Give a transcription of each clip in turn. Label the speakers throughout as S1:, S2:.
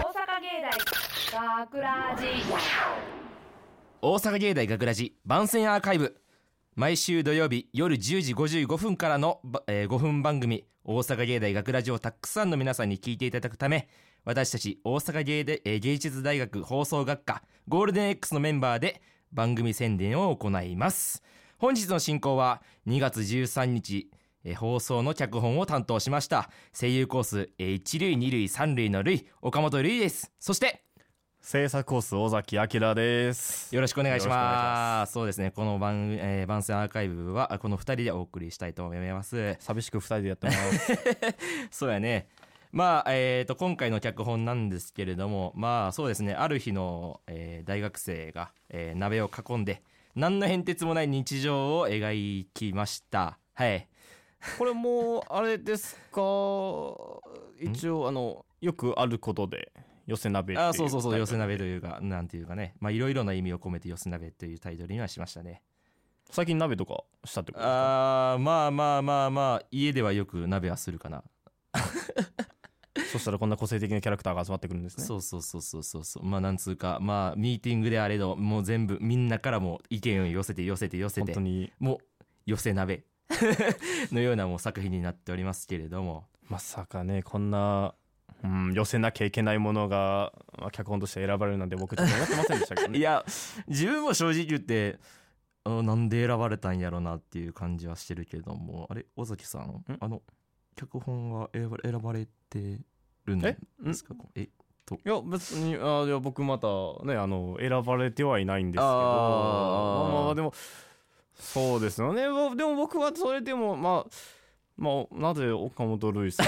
S1: 大学ラジ
S2: 大阪芸大学ラジ番宣アーカイブ毎週土曜日夜10時55分からの、ばえー5分番組「大阪芸大学ラジをたくさんの皆さんに聞いていただくため私たち大阪芸大、えー芸術大学放送学科ゴールデン X のメンバーで番組宣伝を行います本日の進行は2月13日えー放送の脚本を担当しました声優コース、えー、一類二類三類の類岡本類ですそして
S3: 制作コース尾崎明です。
S2: よろしくお願いし
S3: よろしくお願い
S2: ま
S3: し
S2: す。そうですね。この番、えー番宣アーカイブは、あこの二人でお送りしたいと思います。
S3: 寂しく二人でやってもらおう。
S2: そうやね。まあ、えっ、と、今回の脚本なんですけれども、まあ、そうですね。ある日の、えー大学生が、えー鍋を囲んで、何の変哲もない日常を描きました。はい。
S3: これもうあれですか。一応あのよくあることで寄せ鍋ってい
S2: あそうそうそう、
S3: タイ
S2: 寄
S3: トル
S2: せ鍋というか、なんていうかね。まあ、いろいろな意味を込めて寄せ鍋というタイトルにはしましたね。
S3: 最近鍋とかしたってことですか。
S2: あーまあまあまあまあ、家ではよく鍋はするかな。
S3: そしたらこんな個性的なキャラクターが集まってくるんですね。
S2: そうそうそうそうそうそうまあなんつうかまあミーティングであれどもう全部みんなからも意見を寄せて寄せて寄せ
S3: 本
S2: て
S3: 当に
S2: もう寄せ鍋 のようなもう作品になっておりますけれども
S3: まさかねこんな。うん、寄せなきゃいけないものが、まあ、脚本として選ばれるなんて僕ちょっと思ってませんでしたけどね
S2: いや自分も正直言ってあなんで選ばれたんやろなっていう感じはしてるけどもあれ尾崎さんあの脚本は選ば選ばれてるんで
S3: えん
S2: すかえ
S3: いや別にあいや僕またねあの選ばれてはいないんですけど
S2: あー
S3: まあまあまあでもそうですよねぼでも僕はそれでもまあまあなぜ岡本瑠衣さ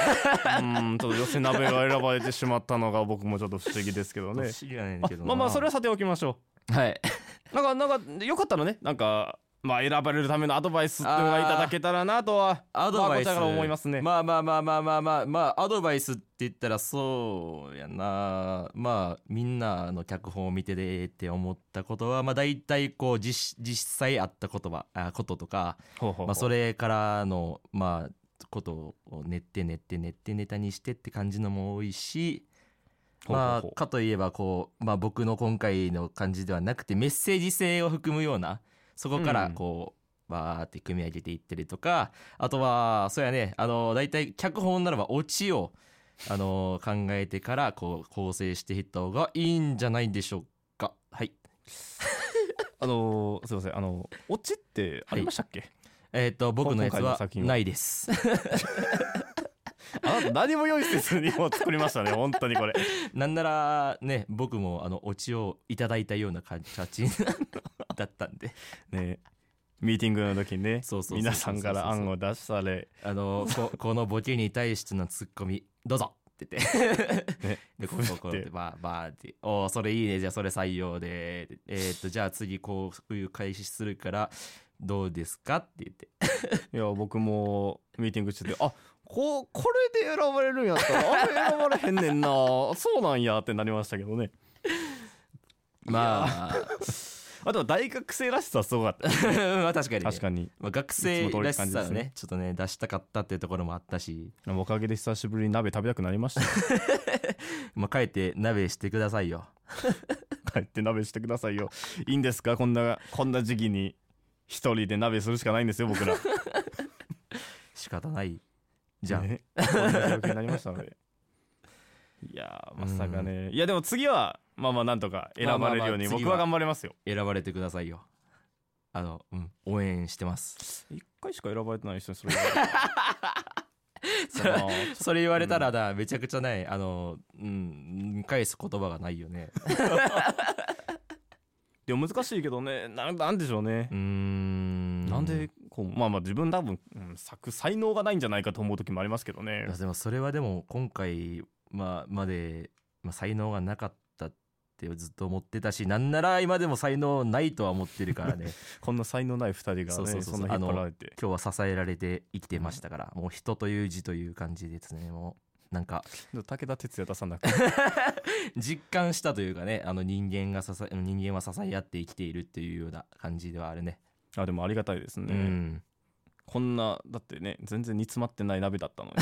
S3: んうーんちょっと寄せ鍋が選ばれてしまったのが僕もちょっと不思議ですけどね
S2: 知らない
S3: あ
S2: けど
S3: まあまあそれはさておきましょ
S2: はい、
S3: うなんかなんかよかったらねなんかまあ選ばれるためのアドバイスっていうのがいただけたらなとは
S2: アドバイス、
S3: まあこちらから思いますね、
S2: まあまあまあまあまあまあ、まあ、アドバイスって言ったらそうやなまあみんなの脚本を見てでって思ったことはまあ大体こう実実際あった言葉あこととか、
S3: ほうほうほう
S2: まあ、それからのまあことを練って練って練ってネタにしてって感じのも多いし。
S3: ほうほうほ
S2: ま
S3: う
S2: あ、かといえばこう、まあ、僕の今回の感じではなくてメッセージ性を含むようなそこからこう、バーって組み上げていったりとかあとはそうやねあの大体脚本ならばオチをあの考えてからこう構成していった方がいいんじゃないでしょうか。はい
S3: あのすいませんあのオチってありましたっけ、
S2: えっ、と僕のやつ
S3: 今回の
S2: は
S3: 作品は
S2: ないです。
S3: あなた何も用意せずにもう作りましたね本当にこれ
S2: なんならね僕もあのオチをいただいたような形 だったんで
S3: ねミーティングの時にね
S2: そうそうそうそう
S3: 皆さんから案を出され
S2: あ のここのボケに対してのツッコミどうぞって言って
S3: ね
S2: でこうこうこうってバーバーって「おーそれいいねじゃあそれ採用でえーっ とじゃあ次こういう開始するからどうですか?」って言って
S3: いや僕もミーティングしててあこうこれで選ばれるんやったらあれ選ばれへんねんなそうなんやってなりましたけどね
S2: まあ
S3: あとは大学生らしさはすごかった
S2: まあ確かに,、ね
S3: 確かに
S2: まあ、学生らし
S3: いつ
S2: さ
S3: も
S2: を
S3: 通りって感じです
S2: ね
S3: ね
S2: ちょっとね出したかったっていうところもあったし、
S3: でもおかげで久しぶりに鍋食べたくなりましたよ
S2: まあ、帰って鍋してくださいよ
S3: 帰って鍋してくださいよいいんですかこんなこんな時期に一人で鍋するしかないんですよ僕ら
S2: 仕方ないじゃん、
S3: ね、こんな状況になりましたので いやーまさかね、いやでも次はまあまあなんとか選ばれるように
S2: まあまあまあ
S3: 僕は頑張りますよ、
S2: 選ばれてくださいよあのうん応援してます
S3: 一回しか選ばれてない人に それ言われたら
S2: それ言われたらだ、めちゃくちゃねあの、うん、返す言葉がないよね
S3: でも難しいけどねなんなんでしょうね
S2: うー、ん
S3: なんでこうまあまあ自分多分、うん、作才能がないんじゃないかと思う時もありますけどね
S2: いやでもそれはでも今回、まあ、まで、まあ、才能がなかったってずっと思ってたしなんなら今でも才能ないとは思ってるから ね
S3: こんな才能ない二人がね
S2: そ
S3: そう
S2: そうそうん
S3: な引っ張られて
S2: 今日は支えられて生きてましたから、もう人という字という感じですねもうなんか
S3: 武田鉄矢出さなくて
S2: 実感したというかねあの人間が支え人間は支え合って生きているっていうような感じではあるね
S3: あでもありがたいですね、
S2: うん
S3: こんなだってね全然煮詰まってない鍋だったのに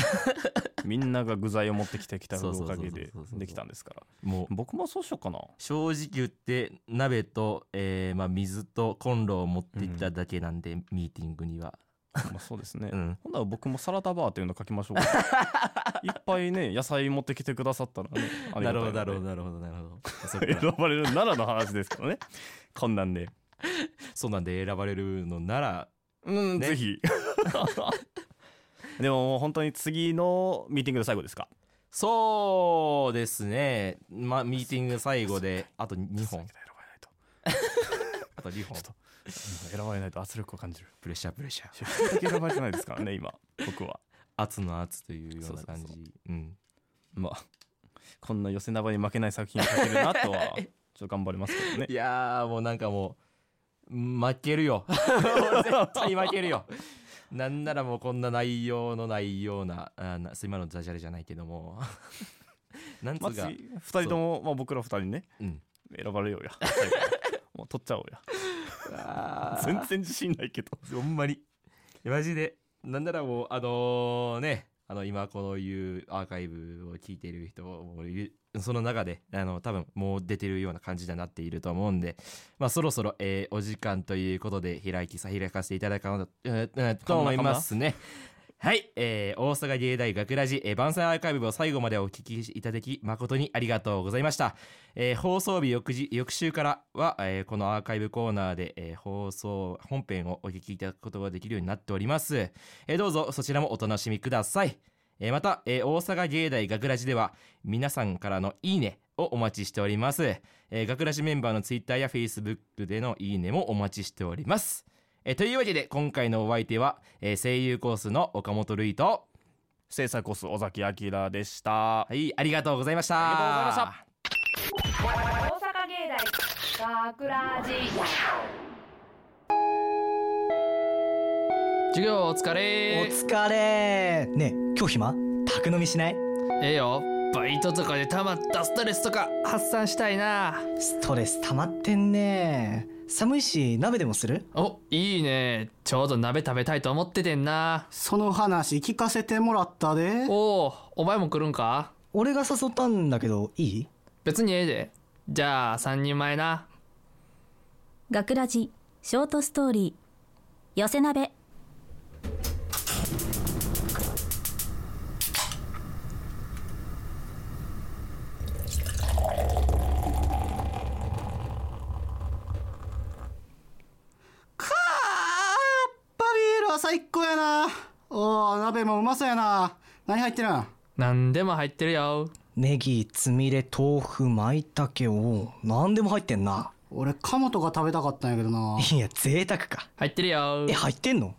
S3: みんなが具材を持ってきてきたおかげで
S2: そうそうそうそうそうそう
S3: できたんですから
S2: もう
S3: 僕もそうしようかな
S2: 正直言って鍋と、えーまあ、水とコンロを持っていっただけなんで、ミーティングには、
S3: まあそうですね、
S2: うん、
S3: 今度は僕もサラダバーっていうの書きまし ょうかいっぱいね野菜持ってきてくださったらねあり
S2: な
S3: がたい
S2: るほど
S3: ので
S2: なるほどなるほどなる ほどそっか
S3: 選ばれるならの話ですからねこんなんで
S2: そうなんで選ばれるのなら
S3: うん、
S2: ね
S3: ぜひでももう本当に次のミーティングの最後ですか
S2: そうですねまあミーティング最後であと2本
S3: 選ばれないと
S2: あと2本
S3: ちょっと選ばれないと圧力を感じる
S2: プレッシャープレッシャー
S3: 主婦だけ選ばれてないですからね今僕は
S2: 圧の圧というような感じ
S3: そうそ
S2: う
S3: う
S2: ん
S3: まあこんな寄せ縄に負けない作品を書けるなとはちょっと頑張りますけどね
S2: いやーもうなんかもう負ける よもう絶対負けるよなんならもうこんな内容のないようなあな今のダジャレじゃないけども なんつ
S3: まあ
S2: う
S3: 次
S2: か、
S3: 2人とも、まあ、僕ら2人ね
S2: うん、
S3: 選ばれようや 最後もう取っちゃおうや
S2: あ
S3: 全然自信ないけど
S2: ほんまにいやマジでなんならもうあのねあの今このいうアーカイブを聞いている人もいるその中であの多分もう出てるような感じになっていると思うんで、まあ、そろそろ、えーお時間ということで開きさ開かせていただかなと,えー、えーと思いますね。はい、えー大阪芸大学ラジ、えー、万歳アーカイブを最後までお聞きいただき誠にありがとうございました、えー放送日翌日翌週からは、えーこのアーカイブコーナーで、えー放送本編をお聞きいただくことができるようになっております、えーどうぞそちらもお楽しみください、えーまた、えー大阪芸大学ラジでは皆さんからのいいねをお待ちしております、えー、学ラジメンバーのツイッターやフェイスブックでのいいねもお待ちしておりますえーというわけで今回のお相手は、えー声優コースの岡本瑠衣と
S3: 制作コス尾崎明でした
S2: はいありがとうございました
S3: ありがとうございました
S1: 大阪芸大学ラジ
S4: 授業お疲れ
S5: お疲れねえ今日暇宅飲みしない
S4: ええよバイトとかで溜まったストレスとか発散したいな
S5: ストレス溜まってんね寒いし鍋でもする
S4: おいいねちょうど鍋食べたいと思っててんな
S6: その話聞かせてもらったで
S4: おおお前も来るんか
S5: 俺が誘ったんだけどいい
S4: 別にええでじゃあ3人前な
S7: 学ラジショートストーリー寄せ鍋
S6: かーやっぱビールは最高やなおー鍋もうまそうやな何入ってるん
S4: 何でも入ってるよ
S5: ネギつみれ豆腐舞茸を何でも入ってんな
S6: 俺カモトが食べたかったんやけどない
S5: や贅沢か
S4: 入ってるよ
S5: え入ってんの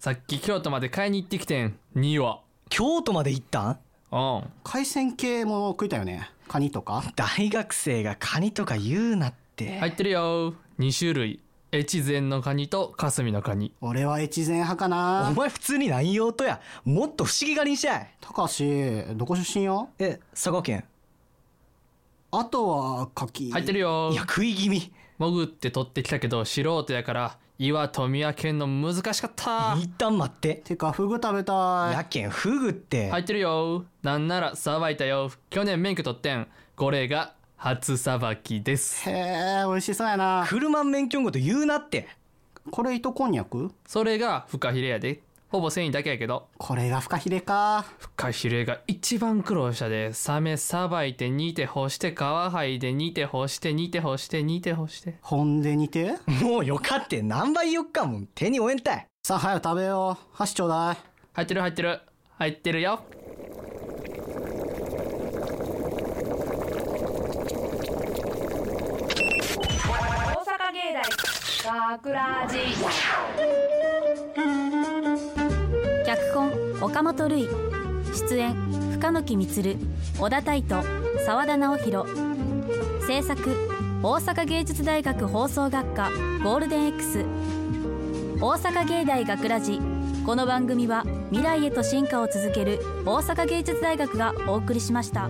S4: さっき京都まで買いに行ってきてん2は
S5: 京都まで行ったん
S4: うん
S6: 海鮮系も食いたよねカニとか
S5: 大学生がカニとか言うなって、
S4: 入ってるよ2種類越前のカニと霞のカニ
S6: 俺は越前派か
S5: お
S6: な
S5: 前普通に何用途やもっと不思議がりにしちゃい
S6: たかしどこ出身よ
S5: え佐賀県
S6: あとは牡蠣
S4: 入ってるよ
S5: いや食い気味
S4: 潜って取ってきたけど素人やから岩富明県の難しかった
S5: 一旦待って
S6: てかフグ食べた
S5: やけんフグって、
S4: 入ってるよなんならさばいたよ去年免許取ってんこれが初さばきです
S6: いへえ美味しそうやな
S5: 車免許ごと言うなって
S6: これ糸こんにゃく
S4: それがフカヒレやでほぼ繊維だけやけど
S6: これがフカヒレか
S4: フカヒレが一番苦労したでサメさばいて煮て干して皮剥いで煮て干して煮て干して煮て干して
S6: ほんで煮て
S5: もうよかって何倍よっかもん手に負えんたい
S6: さあ早く食べよう箸ちょうだい
S4: 入ってる入ってる入ってるよ
S1: 大阪芸大学ラジ
S7: 脚本岡本瑠衣出演深野木充小田泰斗澤田直弘制作大阪芸術大学放送学科ゴールデン X 大阪芸大学ラジこの番組は未来へと進化を続ける大阪芸術大学がお送りしました。